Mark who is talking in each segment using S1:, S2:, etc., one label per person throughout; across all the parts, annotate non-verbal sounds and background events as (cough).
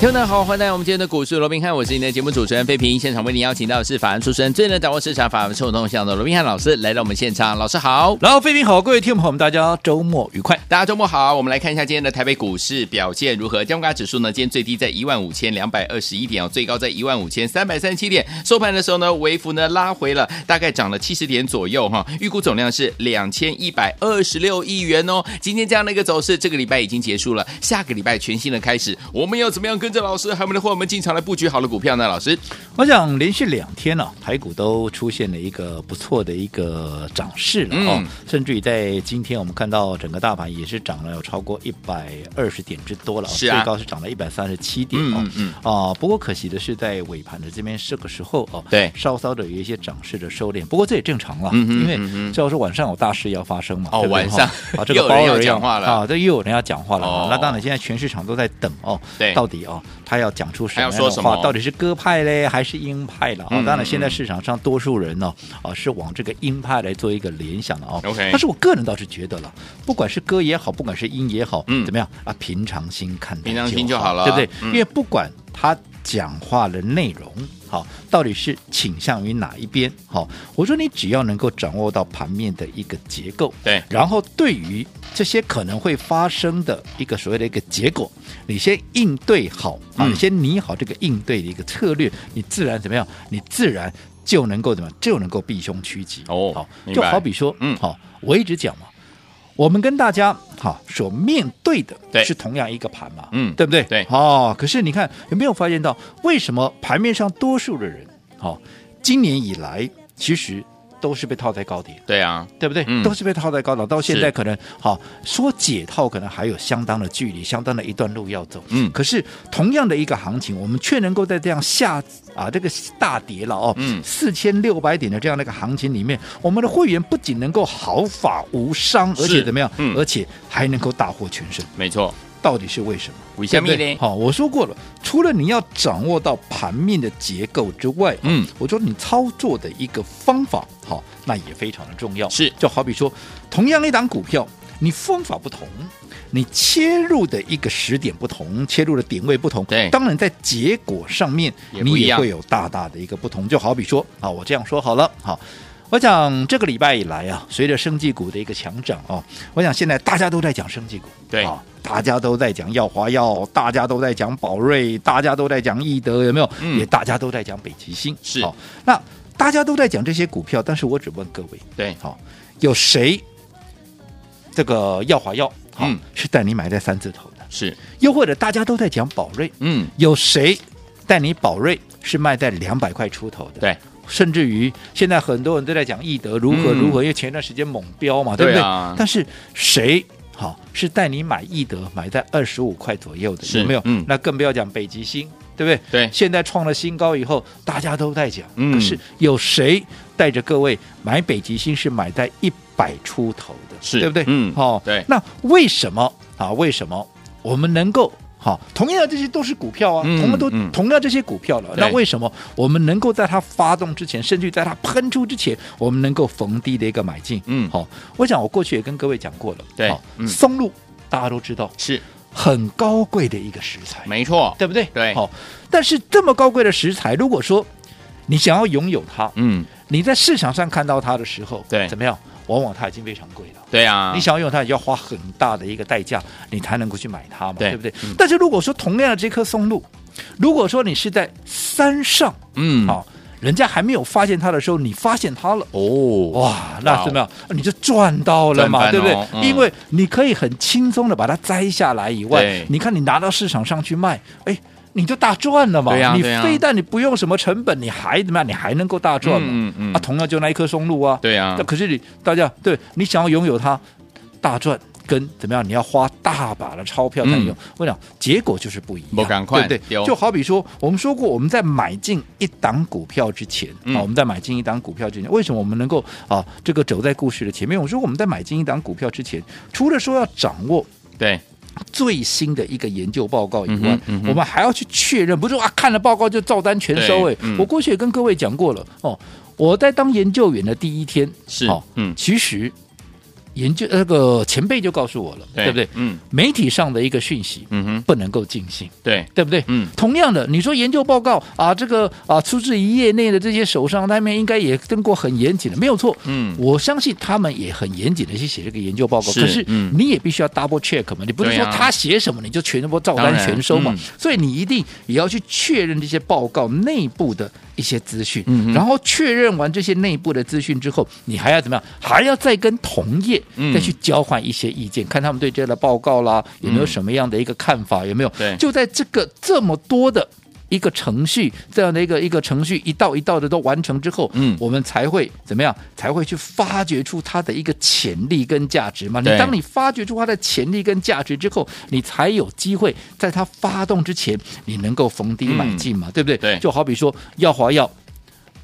S1: 听众大家好，欢迎来到我们今天的股市罗宾汉，我是您的节目主持人费平。现场为您邀请到的是法案出身、最能掌握市场法案臭动向的罗宾汉老师来到我们现场，老师好。
S2: 然后，飞平好，各位听众朋友们，大家周末愉快。
S1: 大家周末好，我们来看一下今天的台北股市表现如何。加权指数呢，今天最低在15,221点哦，最高在15,337点，收盘的时候呢，微幅呢拉回了，大概涨了70点左右哈。预估总量是2,126亿元哦。今天这样的一个走势，这个礼拜已经结束了，下个礼拜全新的开始，我们要怎么样跟着老师还有我们的伙伴们进场来布局好的股票呢？老师，
S2: 我想连续两天呢、台股都出现了一个不错的一个涨势了哦，
S1: 嗯
S2: 甚至于在今天我们看到整个大盘也是涨了有超过一百二十点之多了哦，
S1: 是啊
S2: 最高是涨了一百三十七点哦。
S1: 嗯嗯
S2: 啊，不过可惜的是，在尾盘的这边这个时候哦，
S1: 对
S2: 稍稍的有一些涨势的收敛，不过这也正常了，
S1: 嗯哼
S2: 因为
S1: 嗯哼
S2: 这要是晚上有大事要发生嘛，
S1: 哦
S2: 对不对
S1: 晚上
S2: 啊，
S1: (laughs)
S2: 这
S1: 又有
S2: 个包
S1: 人要
S2: 儿
S1: 讲话了
S2: 啊，这又有人要讲话了啊
S1: 哦，
S2: 那当然现在全市场都在等哦，
S1: 对
S2: 到底哦他要讲出什
S1: 他
S2: 么样
S1: 要说
S2: 的
S1: 什
S2: 话，
S1: 么
S2: 到底是鸽派嘞还是鹰派了啊？
S1: 嗯
S2: 当然现在市场上多数人呢啊是往这个鹰派来做一个联想的哦，
S1: OK
S2: 但是我个人倒是觉得了，不管是鸽也好，不管是鹰也好，
S1: 嗯
S2: 怎么样啊，平常心看待，
S1: 平常心就好了
S2: 对不对？
S1: 嗯
S2: 因为不管他讲话的内容。好，到底是倾向于哪一边？好，我说你只要能够掌握到盘面的一个结构，
S1: 对
S2: 然后对于这些可能会发生的一个所谓的一个结果，你先应对好啊，
S1: 嗯
S2: 你先拟好这个应对的一个策略，你自然怎么样？你自然就能够怎么样？就能够避凶趋吉
S1: 哦
S2: 好，
S1: 明
S2: 就
S1: 白
S2: 好比说，
S1: 嗯
S2: 好，我一直讲嘛，我们跟大家好所面对
S1: 对
S2: 的是同样一个盘嘛，
S1: 嗯
S2: 对不对？
S1: 对
S2: 哦，可是你看有没有发现到，为什么盘面上多数的人，好、今年以来其实都是被套在高点。
S1: 对啊，
S2: 对不对？
S1: 嗯
S2: 都是被套在高档，到现在
S1: 是
S2: 可能好说解套，可能还有相当的距离，相当的一段路要走。
S1: 嗯
S2: 可是同样的一个行情，我们却能够在这样下啊这个大跌了哦，
S1: 嗯
S2: 四千六百点的这样的一个行情里面，我们的会员不仅能够毫发无伤，
S1: 是
S2: 而且怎么样？
S1: 嗯
S2: 而且还能够大获全胜，
S1: 没错，
S2: 到底是为什么？
S1: 为什么
S2: 对不对
S1: 呢
S2: 好、我说过了，除了你要掌握到盘面的结构之外，
S1: 嗯，
S2: 我说你操作的一个方法，好、那也非常的重要。
S1: 是
S2: 就好比说，同样一档股票，你方法不同，你切入的一个时点不同，切入的点位不同，
S1: 对
S2: 当然在结果上面
S1: 也不一
S2: 你也
S1: 样
S2: 会有大大的一个不同。就好比说，啊，我这样说好了，好。我想这个礼拜以来啊，随着生技股的一个强涨哦，我想现在大家都在讲生技股，
S1: 对
S2: 啊，大家都在讲耀华药，大家都在讲宝瑞，大家都在讲易德，有没有？
S1: 嗯
S2: 也大家都在讲北极星，
S1: 是
S2: 好那大家都在讲这些股票，但是我只问各位，
S1: 对，
S2: 好、有谁这个耀华药好、
S1: 嗯
S2: 是带你买在三字头的？
S1: 是，
S2: 又或者大家都在讲宝瑞，
S1: 嗯，
S2: 有谁带你宝瑞是卖在两百块出头的？
S1: 对，
S2: 甚至于现在很多人都在讲易德如何
S1: 嗯
S2: 如何，因为前一段时间猛飙嘛，对不
S1: 对
S2: 对？
S1: 啊
S2: 但是谁？好，是带你买易德，买在二十五块左右的，
S1: 是
S2: 有没有？
S1: 嗯
S2: 那更不要讲北极星，对不对？
S1: 对
S2: 现在创了新高以后，大家都在讲，
S1: 嗯
S2: 可是有谁带着各位买北极星是买在一百出头的，
S1: 是
S2: 对不对？
S1: 嗯
S2: 好、
S1: 对
S2: 那为什么啊？为什么我们能够好？同样这些都是股票啊，
S1: 嗯
S2: 同样都、
S1: 嗯
S2: 同样这些股票了，
S1: 对
S2: 那为什么我们能够在它发动之前，甚至于在它喷出之前，我们能够逢低的一个买进？
S1: 嗯
S2: 好、我想我过去也跟各位讲过了，
S1: 对
S2: 好
S1: 嗯
S2: 松露大家都知道
S1: 是，
S2: 很高贵的一个食材，
S1: 没错，
S2: 对不对？
S1: 对
S2: 好、但是这么高贵的食材，如果说你想要拥有它，
S1: 嗯，
S2: 你在市场上看到它的时候，
S1: 对
S2: 怎么样？往往它已经非常贵了。
S1: 对啊，
S2: 你想要用它，也要花很大的一个代价，你才能够去买它嘛，
S1: 对
S2: 不对？
S1: 嗯
S2: 但是如果说同样的这棵松露，如果说你是在山上，
S1: 嗯，
S2: 好、人家还没有发现它的时候，你发现它了。
S1: 哦，
S2: 哇，那怎么样？你就赚到了嘛，
S1: 赚翻
S2: 对不对
S1: 哦？嗯
S2: 因为你可以很轻松的把它摘下来以外
S1: 对，
S2: 你看你拿到市场上去卖，哎。你就大赚了嘛！
S1: 对呀
S2: 你
S1: 对呀
S2: 非但你不用什么成本，你还怎么样？你还能够大赚嘛？
S1: 嗯嗯嗯
S2: 啊，同样就那一棵松露啊，
S1: 对啊
S2: 那，可是你大家对你想要拥有它，大赚跟怎么样，你要花大把的钞票才能用。我讲结果就是不一
S1: 嗯不
S2: 样，
S1: 赶快
S2: 对不
S1: 对哦
S2: 对？就好比说，我们说过，我们在买进一档股票之前，
S1: 嗯
S2: 啊，我们在买进一档股票之前，为什么我们能够啊这个走在故事的前面？我说我们在买进一档股票之前，除了说要掌握
S1: 对，
S2: 最新的一个研究报告以外，
S1: 嗯哼嗯哼
S2: 我们还要去确认，不是说啊看了报告就照单全收、
S1: 对
S2: 哎、
S1: 嗯
S2: 我过去也跟各位讲过了哦，我在当研究员的第一天
S1: 是
S2: 哦，
S1: 嗯
S2: 其实研究呃那个前辈就告诉我了，对不对？
S1: 嗯
S2: 媒体上的一个讯息
S1: 嗯哼，
S2: 不能够尽信。
S1: 对，
S2: 对不对？
S1: 嗯
S2: 同样的，你说研究报告啊，这个啊，出自于业内的这些手上，他们应该也经过很严谨的，没有错。
S1: 嗯
S2: 我相信他们也很严谨的去写这个研究报告。
S1: 是
S2: 可是
S1: 嗯
S2: 你也必须要 double check 嘛，你不是
S1: 对
S2: 说
S1: 啊
S2: 他写什么你就全部照
S1: 当
S2: 单
S1: 然
S2: 全收嘛？
S1: 嗯
S2: 所以你一定也要去确认这些报告内部的一些资讯，
S1: 嗯哼
S2: 然后确认完这些内部的资讯之后，你还要怎么样？还要再跟同业
S1: 嗯
S2: 再去交换一些意见，看他们对这样的报告啦有没有
S1: 嗯
S2: 什么样的一个看法，有没有？
S1: 对
S2: 就在这个这么多的。一个程序这样的一个一个程序一道一道的都完成之后，
S1: 嗯
S2: 我们才会怎么样？才会去发掘出它的一个潜力跟价值嘛。你
S1: 对
S2: 当你发掘出它的潜力跟价值之后，你才有机会在它发动之前，你能够逢低买进嘛，对不对？
S1: 嗯对
S2: 就好比说耀华药。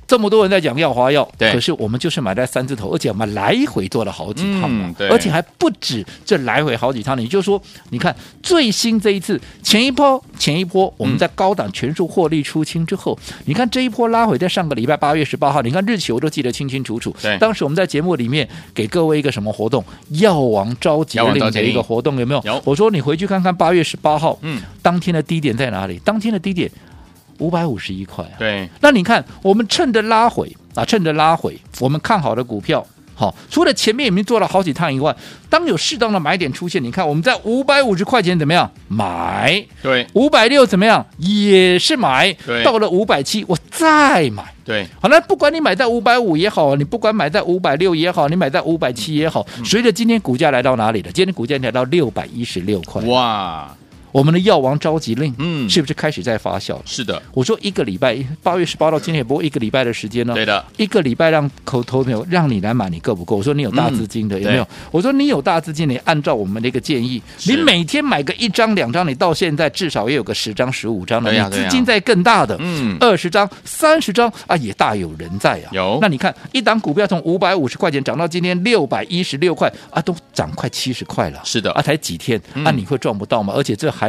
S2: 这么多人在讲耀华药，
S1: 对
S2: 可是我们就是买在三字头，而且我们来回做了好几趟嘛
S1: 嗯，对
S2: 而且还不止这来回好几趟。也就是说，你看最新这一次前一波前一波我
S1: 嗯
S2: 们在高档全数获利出清之后，你看这一波拉回在上个礼拜八月十八号，你看日期我都记得清清楚楚
S1: 对。
S2: 当时我们在节目里面给各位一个什么活动？药王召集
S1: 药王召
S2: 令
S1: 集
S2: 的
S1: 令
S2: 一个活动有没有？
S1: 有
S2: 我说你回去看看八月十八号，
S1: 嗯，
S2: 当天的低点在哪里？当天的低点五百五十一块啊。
S1: 对，
S2: 那你看，我们趁着拉回啊，趁着拉回，我们看好的股票。好，除了前面已经做了好几趟以外，当有适当的买点出现，你看我们在五百五十块钱怎么样买？
S1: 对，
S2: 五百六怎么样也是买
S1: 对？
S2: 到了五百七我再买。
S1: 对，
S2: 好，那不管你买在五百五也好，你不管买在五百六也好，你买在五百七也好，
S1: 嗯
S2: 随着今天股价来到哪里了？今天股价来到六百一十六块，
S1: 哇，
S2: 我们的药王召集令，
S1: 嗯
S2: 是不是开始在发酵了？
S1: 是的，
S2: 我说一个礼拜，八月十八到今天也不过一个礼拜的时间呢。
S1: 对的，
S2: 一个礼拜让口头没有让你来买，你够不够？我说你有大资金的、
S1: 嗯
S2: 有没有？我说你有大资金，你按照我们的一个建议，
S1: 是
S2: 你每天买个一张两张，你到现在至少也有个十张十五张的，
S1: 对呀
S2: 你
S1: 对
S2: 资
S1: 呀
S2: 金在更大的，
S1: 嗯
S2: 二十张三十张啊，也大有人在啊。
S1: 有
S2: 那你看一档股票从五百五十块钱涨到今天六百一十六块啊，都涨快七十块了。
S1: 是的嗯
S2: 啊，才几天啊，你会赚不到吗？而且这还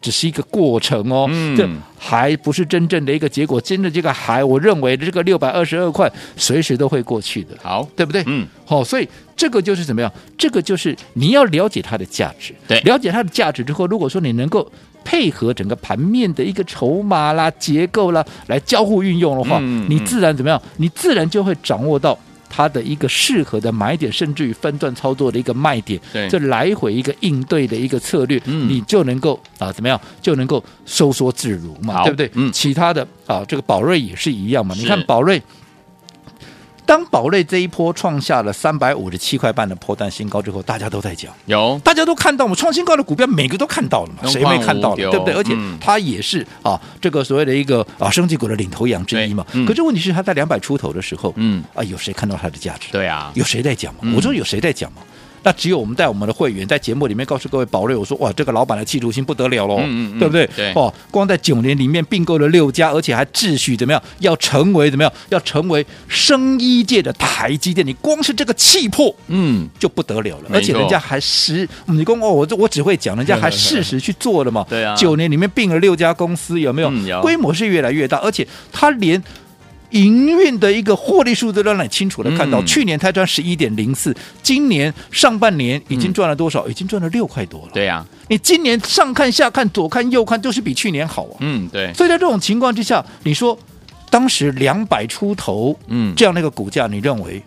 S2: 只是一个过程哦，
S1: 嗯
S2: 这还不是真正的一个结果。真的这个还，我认为这个六百二十二块随时都会过去的，
S1: 好，
S2: 对不对？
S1: 嗯，
S2: 好、所以这个就是怎么样？这个就是你要了解它的价值，
S1: 对
S2: 了解它的价值之后，如果说你能够。配合整个盘面的一个筹码啦、结构啦，来交互运用的话，
S1: 嗯嗯
S2: 你自然怎么样？你自然就会掌握到它的一个适合的买点，甚至于分段操作的一个卖点。
S1: 对
S2: 这来回一个应对的一个策略，
S1: 嗯
S2: 你就能够啊怎么样？就能够收缩自如
S1: 好
S2: 嘛，对不对？
S1: 嗯
S2: 其他的啊，这个宝瑞也是一样嘛。
S1: 是
S2: 你看宝瑞。当宝瑞这一波创下了三百五十七块半的破蛋新高之后，大家都在讲，
S1: 有，
S2: 大家都看到嘛，创新高的股票每个都看到了嘛，
S1: 东方
S2: 谁没看到
S1: 无
S2: 了，
S1: 敌哦
S2: 对不对？而且
S1: 嗯
S2: 它也是啊，这个所谓的一个啊，生技股的领头羊之一嘛。
S1: 对嗯
S2: 可是问题是，它在两百出头的时候，
S1: 嗯
S2: 啊，有谁看到它的价值？
S1: 对啊，
S2: 有谁在讲吗？
S1: 嗯
S2: 我说有谁在讲吗？那只有我们带我们的会员在节目里面告诉各位宝瑞，我说哇，这个老板的企图心不得了喽，
S1: 嗯嗯嗯
S2: 对不对？
S1: 对
S2: 哦，光在九年里面并购了六家，而且还秩序怎么样？要成为怎么样？要成为生医界的台积电，你光是这个气魄，
S1: 嗯，
S2: 就不得了
S1: 没
S2: 了，
S1: 错
S2: 而且人家还实，你公哦，我这我只会讲，人家还事实去做了嘛。
S1: 对啊
S2: 九年里面并了六家公司，有没有？
S1: 嗯有
S2: 规模是越来越大，而且他连。营运的一个获利数字都让你清楚的看到，
S1: 嗯
S2: 去年它赚十一点零四，今年上半年已经赚了多少？已经赚了六块多了。
S1: 嗯对啊，
S2: 你今年上看下看左看右看，都是比去年好啊。
S1: 嗯，对，
S2: 所以在这种情况之下，你说当时两百出头，
S1: 嗯
S2: 这样的一个股价，你认为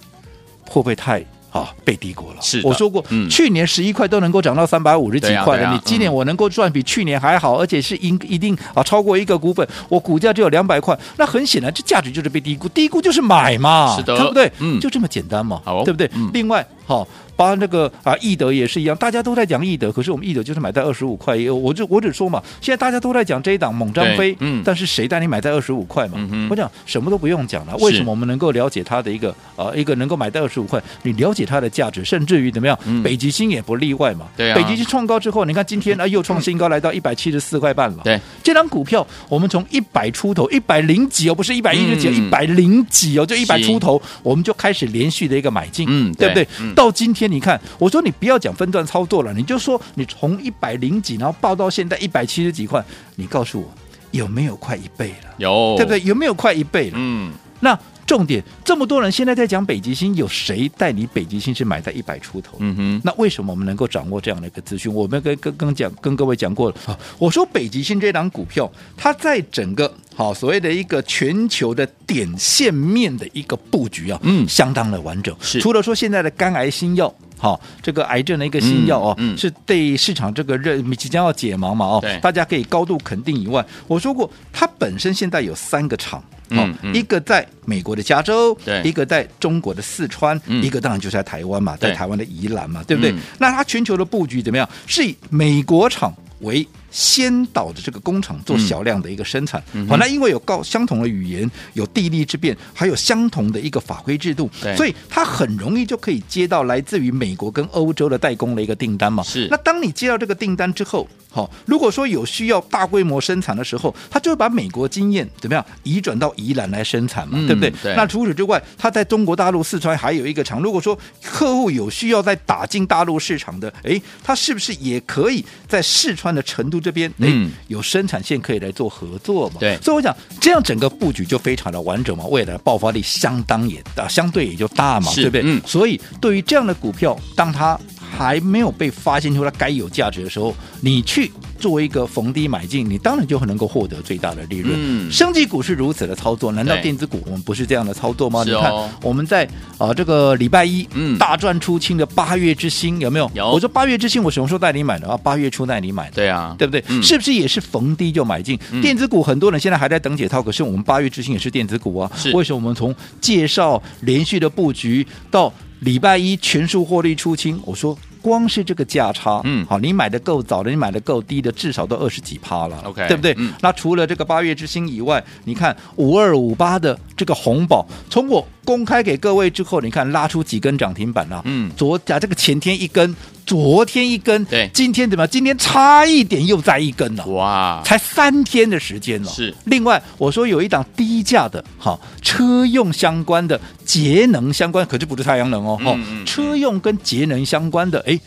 S2: 会不会太啊被低估了？
S1: 是的
S2: 我说过，
S1: 嗯
S2: 去年十一块都能够涨到三百五十几
S1: 对啊
S2: 块
S1: 对
S2: 了，
S1: 啊
S2: 你今年
S1: 嗯
S2: 我能够赚比去年还好，而且是应一定啊超过一个股本，我股价只有两百块，那很显然这价值就是被低估，低估就是买嘛，
S1: 是的
S2: 对不对？
S1: 嗯
S2: 就这么简单嘛，
S1: 好哦
S2: 对不对？
S1: 嗯
S2: 另外，好、包括那个啊，易德也是一样，大家都在讲易德，可是我们易德就是买在二十五块，也我就我只说嘛，现在大家都在讲这一档猛张飞
S1: 对，嗯
S2: 但是谁带你买在二十五块嘛？
S1: 嗯哼
S2: 我讲什么都不用讲了，
S1: 是
S2: 为什么我们能够了解它的一个呃一个能够买在二十五块，你了解它的价值，甚至于怎么样，
S1: 嗯
S2: 北极星也不例外嘛。
S1: 对啊
S2: 北极星创高之后，你看今天啊又创新高，来到一百七十四块半了。
S1: 对，
S2: 这张股票我们从一百出头，一百零几哦，不是一百一十几，一
S1: 嗯
S2: 百零几哦，就一百
S1: 是
S2: 出头，我们就开始连续的一个买进。
S1: 嗯
S2: 对不
S1: 对
S2: 对？
S1: 嗯
S2: 到今天你看，我说你不要讲分段操作了，你就说你从一百零几，然后报到现在一百七十几块，你告诉我有没有快一倍了？
S1: 有
S2: 对不对？？有没有快一倍了？
S1: 哦嗯，
S2: 那重点，这么多人现在在讲北极星，有谁带你北极星是买在一百出头？
S1: 嗯哼，
S2: 那为什么我们能够掌握这样的一个资讯？我们跟跟跟讲跟各位讲过了、啊，我说北极星这档股票，它在整个好、所谓的一个全球的点线面的一个布局啊，
S1: 嗯
S2: 相当的完整。
S1: 是
S2: 除了说现在的肝癌新药。好、这个癌症的一个新药哦，
S1: 嗯嗯
S2: 是对市场这个认即将要解盲嘛哦
S1: 对，
S2: 大家可以高度肯定以外，我说过它本身现在有三个厂，好
S1: 嗯嗯
S2: 一个在美国的加州，
S1: 对
S2: 一个在中国的四川，
S1: 嗯
S2: 一个当然就是在台湾嘛，在
S1: 对
S2: 台湾的宜兰嘛，对不对？
S1: 嗯
S2: 那它全球的布局怎么样？是以美国厂为先导的这个工厂做小量的一个生产。
S1: 嗯
S2: 好，那因为有高相同的语言，有地利之便，还有相同的一个法规制度
S1: 对，
S2: 所以它很容易就可以接到来自于美国跟欧洲的代工的一个订单嘛。
S1: 是
S2: 那当你接到这个订单之后，好、如果说有需要大规模生产的时候，它就会把美国经验怎么样移转到宜兰来生产嘛，
S1: 嗯
S2: 对不对？
S1: 对
S2: 那除此之外，它在中国大陆四川还有一个厂。如果说客户有需要在打进大陆市场的，诶，它是不是也可以在四川的成都这边，诶，
S1: 嗯
S2: 有生产线可以来做合作嘛？
S1: 对
S2: 所以我讲这样整个布局就非常的完整嘛，未来爆发力相当也大，相对也就大嘛，
S1: 是
S2: 对不对？
S1: 嗯
S2: 所以对于这样的股票，当它还没有被发现出它该有价值的时候，你去做一个逢低买进，你当然就能够获得最大的利润。
S1: 嗯
S2: 升级股是如此的操作，难道
S1: 对
S2: 电子股我们不是这样的操作吗？
S1: 是哦
S2: 你看我们在啊、呃这个礼拜一、
S1: 嗯
S2: 大赚出清的八月之星有没有？
S1: 有
S2: 我说八月之星我什么时候带你买的啊？八月初带你买的。
S1: 对啊，
S2: 对不对？
S1: 嗯
S2: 是不是也是逢低就买进？电子股很多人现在还在等解套，可是我们八月之星也是电子股啊
S1: 是。
S2: 为什么我们从介绍连续的布局到礼拜一全数获利出清？我说。光是这个价差，
S1: 嗯
S2: 好，你买的够早的，你买的够低的，至少都二十几趴了
S1: OK，
S2: 对不对？
S1: 嗯
S2: 那除了这个八月之星以外，你看五二五八的这个红宝，从我公开给各位之后，你看拉出几根涨停板了、
S1: 嗯
S2: 昨啊这个前天一根，昨天一根，
S1: 对
S2: 今天怎么样？今天差一点又再一根了。
S1: 哇，
S2: 才三天的时间了。
S1: 啊是
S2: 另外我说有一档低价的，好车用相关的、节能相关，可是不是太阳能哦，哈、
S1: 嗯嗯嗯
S2: 车用跟节能相关的，哎。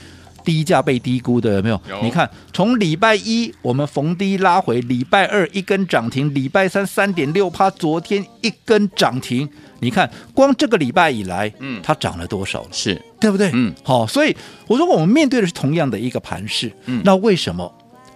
S2: 低价被低估的有没有？
S1: 有
S2: 你看，从礼拜一我们逢低拉回，礼拜二一根涨停，礼拜三三点六趴，昨天一根涨停。你看，光这个礼拜以来，
S1: 嗯
S2: 它涨了多少了？
S1: 是
S2: 对不对？
S1: 嗯，
S2: 好、所以我说我们面对的是同样的一个盘势，
S1: 嗯
S2: 那为什么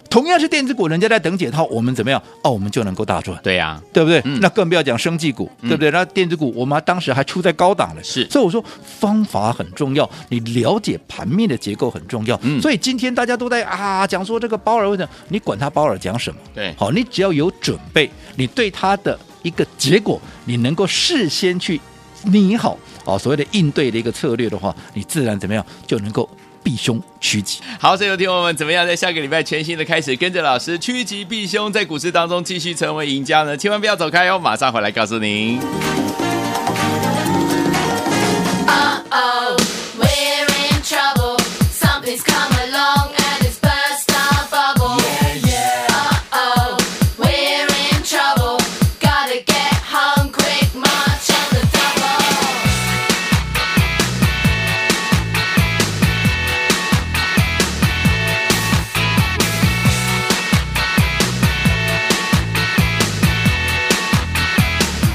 S2: 同样是电子股，人家在等解套，我们怎么样？哦，我们就能够大赚。
S1: 对呀，
S2: 对不对？
S1: 嗯
S2: 那更不要讲生技股，对不对？那电子股我们当时还出在高档了，
S1: 是
S2: 所以我说方法很重要，你了解盘面的结构很重要。
S1: 嗯
S2: 所以今天大家都在啊讲说这个鲍尔会讲，你管他鲍尔讲什么？
S1: 对
S2: 好，你只要有准备，你对他的一个结果，你能够事先去拟好哦所谓的应对的一个策略的话，你自然怎么样就能够避凶趋吉。
S1: 好，所以有听我们怎么样在下个礼拜全新的开始，跟着老师趋吉避凶，在股市当中继续成为赢家呢？千万不要走开哦，马上回来告诉您。
S3: We're in trouble. Something's come along and it's burst our bubble. Yeah, yeah. Uh oh, we're in trouble. Gotta get home quick. March on the double.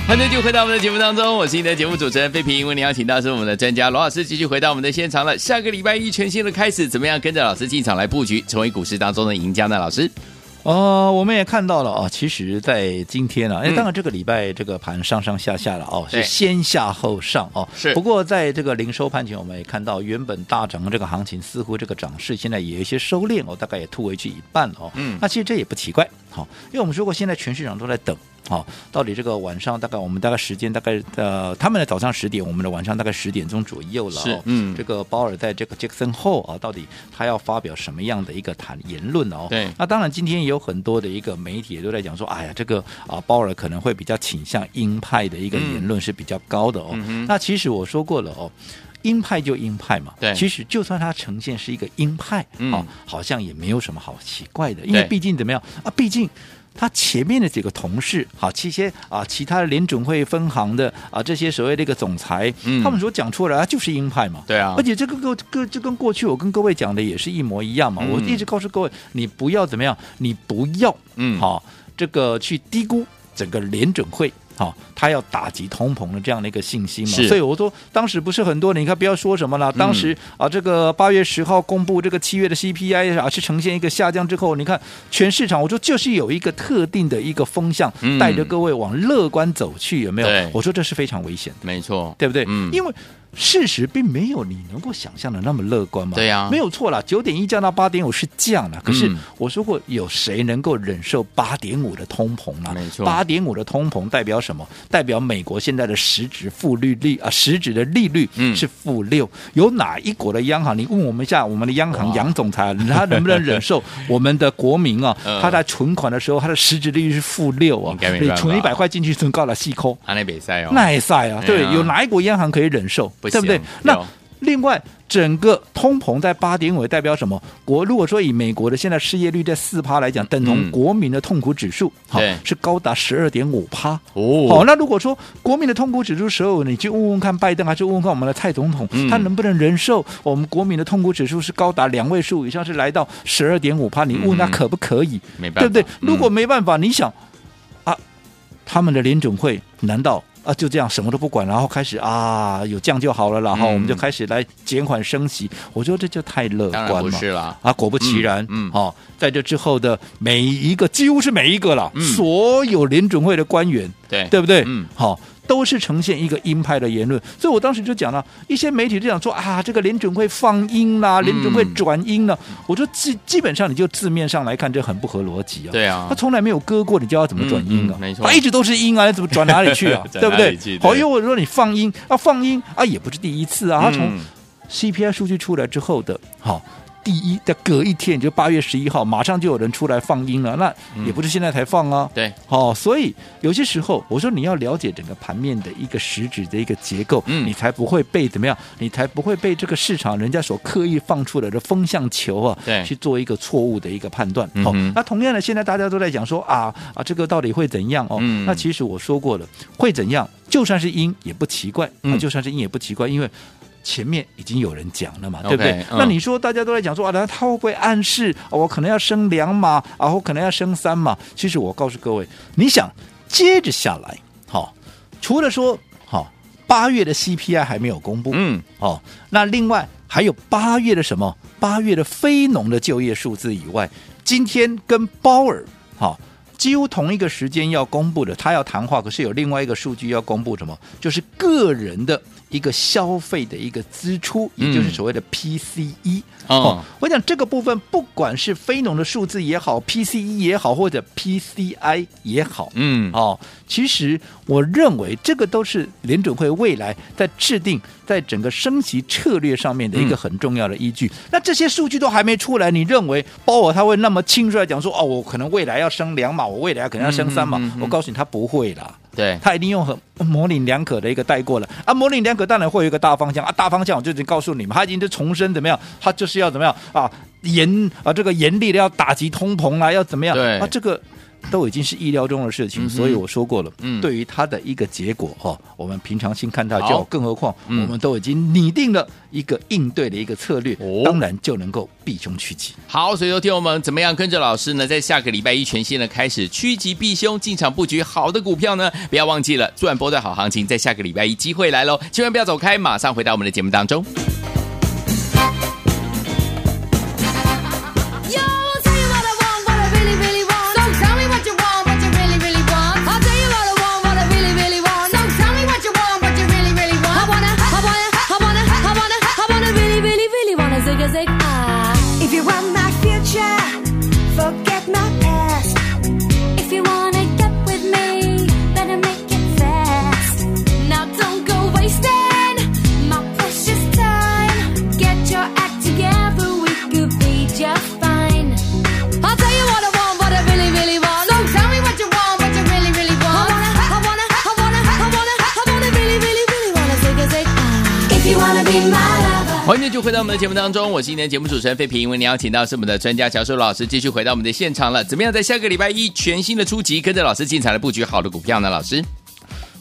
S1: 欢迎继续回到我们的节目当中，我是你的节目主持人费平，为您邀请到是我们的专家罗老师，继续回到我们的现场了。下个礼拜一全新的开始，怎么样跟着老师进场来布局，成为股市当中的赢家呢？老师，
S2: 哦，我们也看到了啊，其实，在今天呢、啊，哎、
S1: 嗯
S2: 当然这个礼拜这个盘上上下下了哦，
S1: 对
S2: 是先下后上哦。
S1: 是
S2: 不过在这个零收盘前，我们也看到原本大涨的这个行情，似乎这个涨势现在也有一些收敛哦，大概也突围去一半了哦。
S1: 嗯
S2: 哦那其实这也不奇怪，好、因为我们说过，现在全市场都在等。好、到底这个晚上大概我们大概时间大概呃，他们的早上十点，我们的晚上大概十点钟左右了、哦。
S1: 是嗯
S2: 这个鲍尔在这个 Jackson 后啊，到底他要发表什么样的一个谈言论哦？
S1: 对
S2: 那当然今天也有很多的一个媒体也都在讲说，哎呀，这个啊鲍尔可能会比较倾向鹰派的一个言论是比较高的哦。
S1: 嗯
S2: 那其实我说过了哦。鹰派就鹰派嘛，
S1: 对
S2: 其实就算它呈现是一个鹰派，
S1: 嗯
S2: 哦，好像也没有什么好奇怪的，因为
S1: 对
S2: 毕竟怎么样啊，毕竟。他前面的几个同事，好，这些啊，其他的联准会分行的啊，这些所谓的一个总裁，
S1: 嗯
S2: 他们所讲出来啊，就是鹰派嘛，
S1: 对啊
S2: 而且这个跟跟这跟过去我跟各位讲的也是一模一样嘛，
S1: 嗯
S2: 我一直告诉各位，你不要怎么样，你不要
S1: 嗯
S2: 好、这个去低估整个联准会。好、他要打击通膨的这样的一个信心嘛
S1: 是，嗯
S2: 所以我说当时不是很多人，你看不要说什么了，当时、啊，这个八月十号公布这个七月的 CPI 啊，是呈现一个下降之后，你看全市场，我说就是有一个特定的一个风向，
S1: 嗯
S2: 带着各位往乐观走去，有没有
S1: 对？
S2: 我说这是非常危险的。
S1: 没错，
S2: 对不对？
S1: 嗯
S2: 因为事实并没有你能够想象的那么乐观嘛。
S1: 对呀
S2: 没有错啦，九点一降到八点五是降了，可是
S1: 嗯
S2: 我说过，有谁能够忍受八点五的通膨呢？
S1: 没错
S2: 八点五的通膨代表什么？代表美国现在的实质负利率啊，实质的利率
S1: 嗯
S2: 是负六、有哪一国的央行？你问我们一下，我们的央行
S1: 哇
S2: 杨总裁，他能不能忍
S1: (laughs)
S2: 受我们的国民啊
S1: 嗯？
S2: 他在存款的时候，他的实质利率是负六啊
S1: 应该，没
S2: 你
S1: 办法
S2: 存一百块进去，存高了细抠。
S1: 阿内比赛哦，
S2: 耐晒啊，
S1: 对
S2: 对，
S1: 啊
S2: 有哪一国央行可以忍受，
S1: 不行
S2: 对不对
S1: 有？
S2: 那另外。整个通膨在八点五，代表什么？国如果说以美国的现在失业率在四趴来讲，等同
S1: 嗯
S2: 国民的痛苦指数，好
S1: 对
S2: 是高达十二点五趴。
S1: 哦
S2: 好，那如果说国民的痛苦指数时候，你去问问看拜登，还是问问看我们的蔡总统，
S1: 嗯
S2: 他能不能忍受我们国民的痛苦指数是高达两位数以上，是来到十二点五趴？你问他
S1: 嗯
S2: 可不可以？
S1: 没办
S2: 对
S1: 法，
S2: 不对？
S1: 嗯
S2: 如果没办法，你想啊，他们的联准会难道啊就这样什么都不管，然后开始啊有降就好了，然后
S1: 嗯
S2: 我们就开始来减缓升息？我觉得这就太乐
S1: 当然
S2: 观
S1: 不
S2: 了。
S1: 是啦，
S2: 啊，果不其然，
S1: 嗯嗯
S2: 哦，在这之后的每一个，几乎是每一个了，
S1: 嗯
S2: 所有联准会的官员，
S1: 对
S2: 对不对？
S1: 嗯，
S2: 好、都是呈现一个鹰派的言论，所以我当时就讲了，一些媒体就讲说啊，这个联准会放鹰啦，
S1: 嗯
S2: 联准会转鹰了。我说基基本上你就字面上来看，这很不合逻辑啊。
S1: 对啊
S2: 他，从来没有割过，你叫他怎么转鹰啊？
S1: 嗯嗯没错？
S2: 他一直都是鹰啊，你怎么转哪里去啊
S1: (laughs) 转
S2: 对不
S1: 哪里
S2: 对
S1: 去？对
S2: 好，因为我说你放鹰啊，放鹰啊，也不是第一次啊，他从
S1: 嗯
S2: CPI 数据出来之后的，好、第一，在隔一天，也就八月十一号，马上就有人出来放鹰了。那
S1: 嗯
S2: 也不是现在才放啊，
S1: 对，
S2: 哦，所以有些时候我说你要了解整个盘面的一个实质的一个结构，
S1: 嗯
S2: 你才不会被怎么样，你才不会被这个市场人家所刻意放出来的风向球啊，
S1: 对
S2: 去做一个错误的一个判断。
S1: 嗯
S2: 哦
S1: 哼，
S2: 那同样的，现在大家都在讲说啊啊，这个到底会怎样哦？
S1: 嗯
S2: 那其实我说过了，会怎样，就算是阴也不奇怪，
S1: 嗯
S2: 啊，就算是阴也不奇怪，因为。前面已经有人讲了嘛，
S1: OK，
S2: 对不对？
S1: 嗯
S2: 那你说大家都在讲说啊，那他会不会暗示、啊我可能要升两码啊，我可能要升三码？其实我告诉各位，你想接着下来，好、除了说好八、月的 CPI 还没有公布，
S1: 嗯，
S2: 哦，那另外还有八月的什么？八月的非农的就业数字以外，今天跟鲍尔好、几乎同一个时间要公布的，他要谈话，可是有另外一个数据要公布什么？就是个人的一个消费的一个支出，也就是
S1: 嗯
S2: 所谓的 PCE、
S1: 哦，
S2: 我想这个部分，不管是非农的数字也好，PCE 也好，或者 PCI 也好，
S1: 嗯，
S2: 哦，其实我认为这个都是联准会未来在制定在整个升息策略上面的一个
S1: 嗯
S2: 很重要的依据。那这些数据都还没出来，你认为鲍尔他会那么轻率地讲说哦，我可能未来要升两码，我未来可能要升三码？
S1: 嗯嗯嗯嗯
S2: 我告诉你，他不会啦。
S1: 对，
S2: 他一定用很模棱两可的一个带过了啊，模棱两可当然会有一个大方向啊，大方向我就已经告诉你们，他已经就重申怎么样，他就是要怎么样啊，严啊这个严厉的要打击通膨啦、要怎么样
S1: 对
S2: 啊，这个都已经是意料中的事情，
S1: 嗯哼
S2: 所以我说过了，
S1: 嗯
S2: 对于他的一个结果哦，我们平常心看待就
S1: 好
S2: 好，更何况我
S1: 嗯
S2: 们都已经拟定了一个应对的一个策略，
S1: 哦
S2: 当然就能够避凶趋吉。
S1: 好，所以说听我们怎么样跟着老师呢，在下个礼拜一全新的开始趋吉避凶，进场布局好的股票呢，不要忘记了赚波段好行情，在下个礼拜一机会来喽，千万不要走开，马上回到我们的节目当中。
S3: Yo, tell you what I want, what I really, really want. So tell me what you want, what you really, really want. I'll tell you what I want, what I really, really want. So tell me what you want, what you really, really want. I wanna, I wanna, I wanna, I wanna, I wanna really, really, really wanna zig a zig ah.
S4: If you want my future, forget my past.
S3: If you wanna get with me,
S1: 欢迎就回到我们的节目当中，我是今天的节目主持人费平。为您邀请到是我们的专家乔叔老师，继续回到我们的现场了。怎么样，在下个礼拜一全新的初级，跟着老师进场来布局好的股票呢？老师，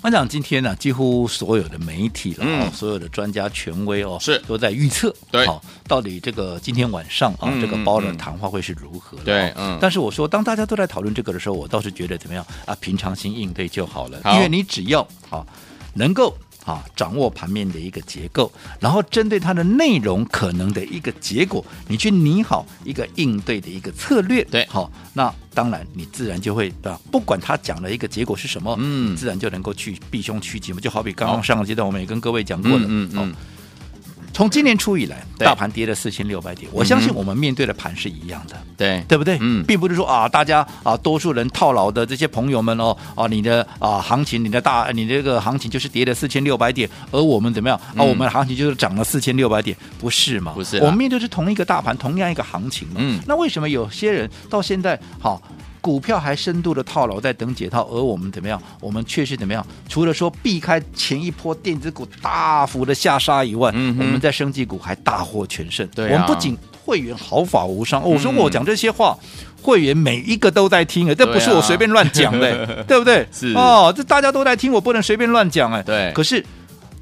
S2: 我想今天呢、几乎所有的媒体了、
S1: 嗯
S2: 哦所有的专家权威哦，
S1: 是
S2: 都在预测，
S1: 对
S2: 好、到底这个今天晚上啊、
S1: 嗯
S2: 这个包的
S1: 嗯
S2: 谈话会是如何的、
S1: 对
S2: 哦
S1: 嗯
S2: 但是我说，当大家都在讨论这个的时候，我倒是觉得怎么样啊，平常心应对就好了，
S1: 好
S2: 因为你只要好、能够。啊，掌握盘面的一个结构，然后针对它的内容可能的一个结果，你去拟好一个应对的一个策略。
S1: 对
S2: 好，那当然你自然就会啊，不管他讲的一个结果是什么，
S1: 嗯
S2: 自然就能够去避凶趋吉嘛。就好比刚刚上个阶段我们也跟各位讲过了，
S1: 嗯嗯嗯
S2: 哦从今年初以来，
S1: 对嗯
S2: 大盘跌了四千六百点，我相信我们面对的盘是一样的。
S1: 对
S2: 对不对？
S1: 嗯
S2: 并不是说啊，大家啊，多数人套牢的这些朋友们哦，啊，你的啊行情，你的大，你这个行情就是跌了四千六百点，而我们怎么样啊？我们行情就是涨了四千六百点，不是嘛？
S1: 嗯不是啦
S2: 我们面对是同一个大盘，同样一个行情嘛。
S1: 嗯
S2: 那为什么有些人到现在好？股票还深度的套牢在等解套，而我们怎么样？我们确实怎么样？除了说避开前一波电子股大幅的下杀以外，
S1: 嗯哼
S2: 我们在生技股还大获全胜。
S1: 对啊
S2: 我们不仅会员毫发无伤。哦，我说
S1: 嗯
S2: 我讲这些话。会员每一个都在听的，这不是我随便乱讲
S1: (laughs)
S2: 的，对不对？
S1: 啊是
S2: 哦，这大家都在听，我不能随便乱讲哎。
S1: 对
S2: 可是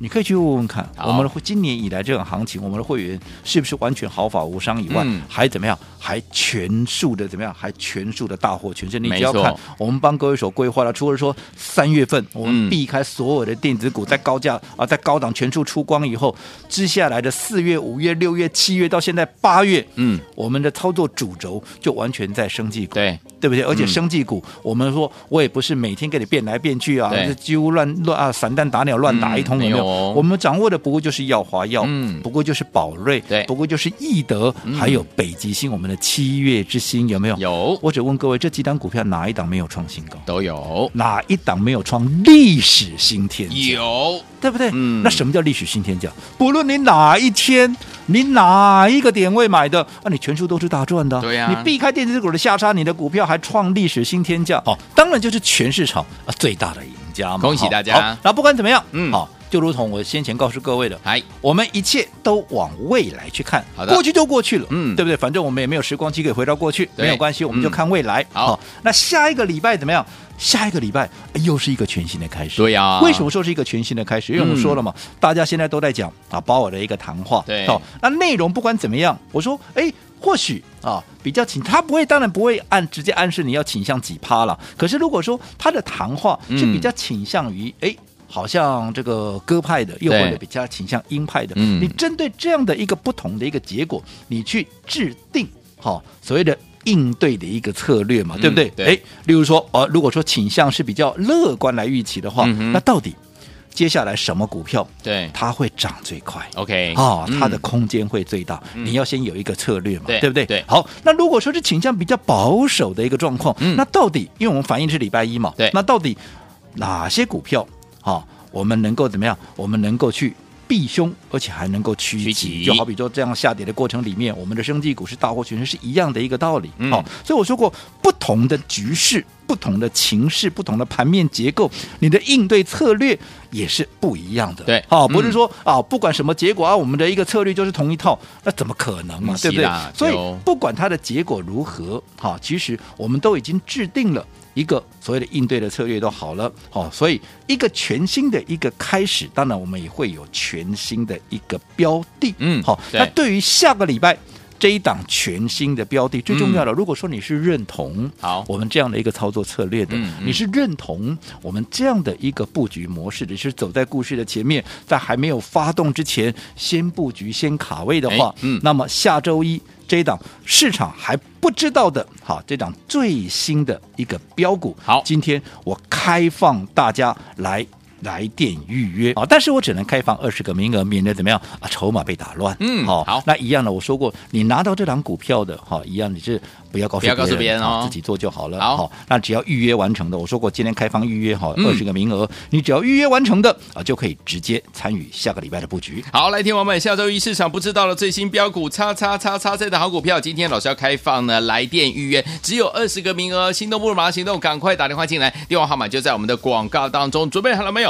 S2: 你可以去问问看，
S1: 好
S2: 我们的今年以来这种行情，我们的会员是不是完全毫发无伤以外，
S1: 嗯
S2: 还怎么样？还全数的怎么样？还全数的大获全胜。你只要
S1: 没错
S2: 看我们帮各位所规划的，除了说三月份我
S1: 嗯
S2: 们避开所有的电子股在高价啊，在高档全数出光以后，接下来的四月、五月、六月、七月到现在八月，
S1: 嗯，
S2: 我们的操作主轴就完全在生技股。
S1: 对，
S2: 对不对？而且
S1: 嗯
S2: 生技股，我们说我也不是每天给你变来变去啊
S1: 对，
S2: 就几乎乱乱啊，散弹打鸟乱打一通，
S1: 嗯
S2: 有没
S1: 没有
S2: 有？
S1: 哦
S2: 我们掌握的不过就是耀华药，
S1: 嗯
S2: 不过就是宝瑞，
S1: 对嗯
S2: 不过就是易德，还有北极星，我们的七月之星，有没有？。
S1: 有
S2: 我只问各位，这几档股票哪一档没有创新高？
S1: 都有
S2: 哪一档没有创历史新天价？
S1: 有，
S2: 对不对？
S1: 嗯
S2: 那什么叫历史新天价？不论你哪一天，你哪一个点位买的，啊，你全数都是大赚的啊。
S1: 对呀
S2: 你避开电子股的下杀，你的股票还创历史新天价，哦，当然就是全市场啊最大的赢家嘛。
S1: 恭喜
S2: 好
S1: 大家
S2: 好那不管怎么样，
S1: 嗯
S2: 好，就如同我先前告诉各位的，
S1: 哎，
S2: 我们一切都往未来去看。
S1: 好的
S2: 过去就过去了，
S1: 嗯
S2: 对不对？反正我们也没有时光机可以回到过去，
S1: 对
S2: 没有关系，我们就
S1: 嗯
S2: 看未来。
S1: 好
S2: 那下一个礼拜怎么样？下一个礼拜哎又是一个全新的开始。
S1: 对呀嗯
S2: 为什么说是一个全新的开始？因为我们说了嘛，大家现在都在讲啊鲍尔的一个谈话，
S1: 对
S2: 哦，那内容不管怎么样，我说，哎，或许啊比较倾，他不会，当然不会按直接暗示你要倾向几趴了。可是如果说他的谈话是
S1: 嗯
S2: 比较倾向于，哎、好像这个鸽派的，又或
S1: 对
S2: 者比较倾向鹰派的，
S1: 嗯
S2: 你针对这样的一个不同的一个结果，你去制定好、所谓的。应对的一个策略嘛，对不对？
S1: 嗯对
S2: 哎，例如说，呃，如果说倾向是比较乐观来预期的话，
S1: 嗯哼哎
S2: 那到底接下来什么股票
S1: 对
S2: 它会涨最快？
S1: ，OK，
S2: 哦，它的
S1: 嗯
S2: 空间会最大。你要先有一个策略嘛，
S1: 对
S2: 对不对？
S1: 对
S2: 好，那如果说是倾向比较保守的一个状况，
S1: 嗯
S2: 那到底因为我们反应是礼拜一嘛，
S1: 对
S2: 那到底哪些股票啊、哦我们能够怎么样？我们能够去。避凶，而且还能够趋
S1: 趋
S2: 吉，
S1: 吉
S2: 就好比说这样下跌的过程里面，我们的生技股是大获全胜，是一样的一个道理。
S1: 嗯
S2: 哦，所以我说过，不同的局势、不同的情势、不同的盘面结构，你的应对策略也是不一样的。
S1: 对
S2: 哦，不是
S1: 嗯
S2: 说。说啊，不管什么结果啊，我们的一个策略就是同一套，那怎么可能嘛
S1: 嗯，
S2: 对
S1: 是
S2: 不对
S1: 啦？
S2: 所以
S1: 对哦
S2: 不管它的结果如何，好，其实我们都已经制定了一个所谓的应对的策略都好了，好，所以一个全新的一个开始，当然我们也会有全新的一个标的，
S1: 嗯
S2: 好，
S1: 对
S2: 那对于下个礼拜。这一档全新的标的最重要的，如果说你是认同
S1: 好
S2: 我们这样的一个操作策略的，
S1: 嗯嗯
S2: 你是认同我们这样的一个布局模式的，是走在故事的前面，在还没有发动之前先布局、先卡位的话
S1: 哎，嗯
S2: 那么下周一这一档市场还不知道的，好，这档最新的一个标股，
S1: 好
S2: 今天我开放大家来。来电预约啊，但是我只能开放二十个名额，免得怎么样啊，筹码被打乱。
S1: 嗯
S2: 好，
S1: 好
S2: 那一样的，我说过，你拿到这档股票的，哈，一样你是不要告诉
S1: 不要告诉别人哦
S2: 啊自己做就好了。
S1: 好
S2: 那只要预约完成的，我说过今天开放预约哈，
S1: 嗯
S2: 二十个名额，你只要预约完成的啊，就可以直接参与下个礼拜的布局。
S1: 好，来，听友们，下周一市场不知道了最新标股叉叉叉叉这的好股票，今天老师要开放呢，来电预约，只有二十个名额，心动不如马上行动，赶快打电话进来，电话号码就在我们的广告当中，准备好了没有？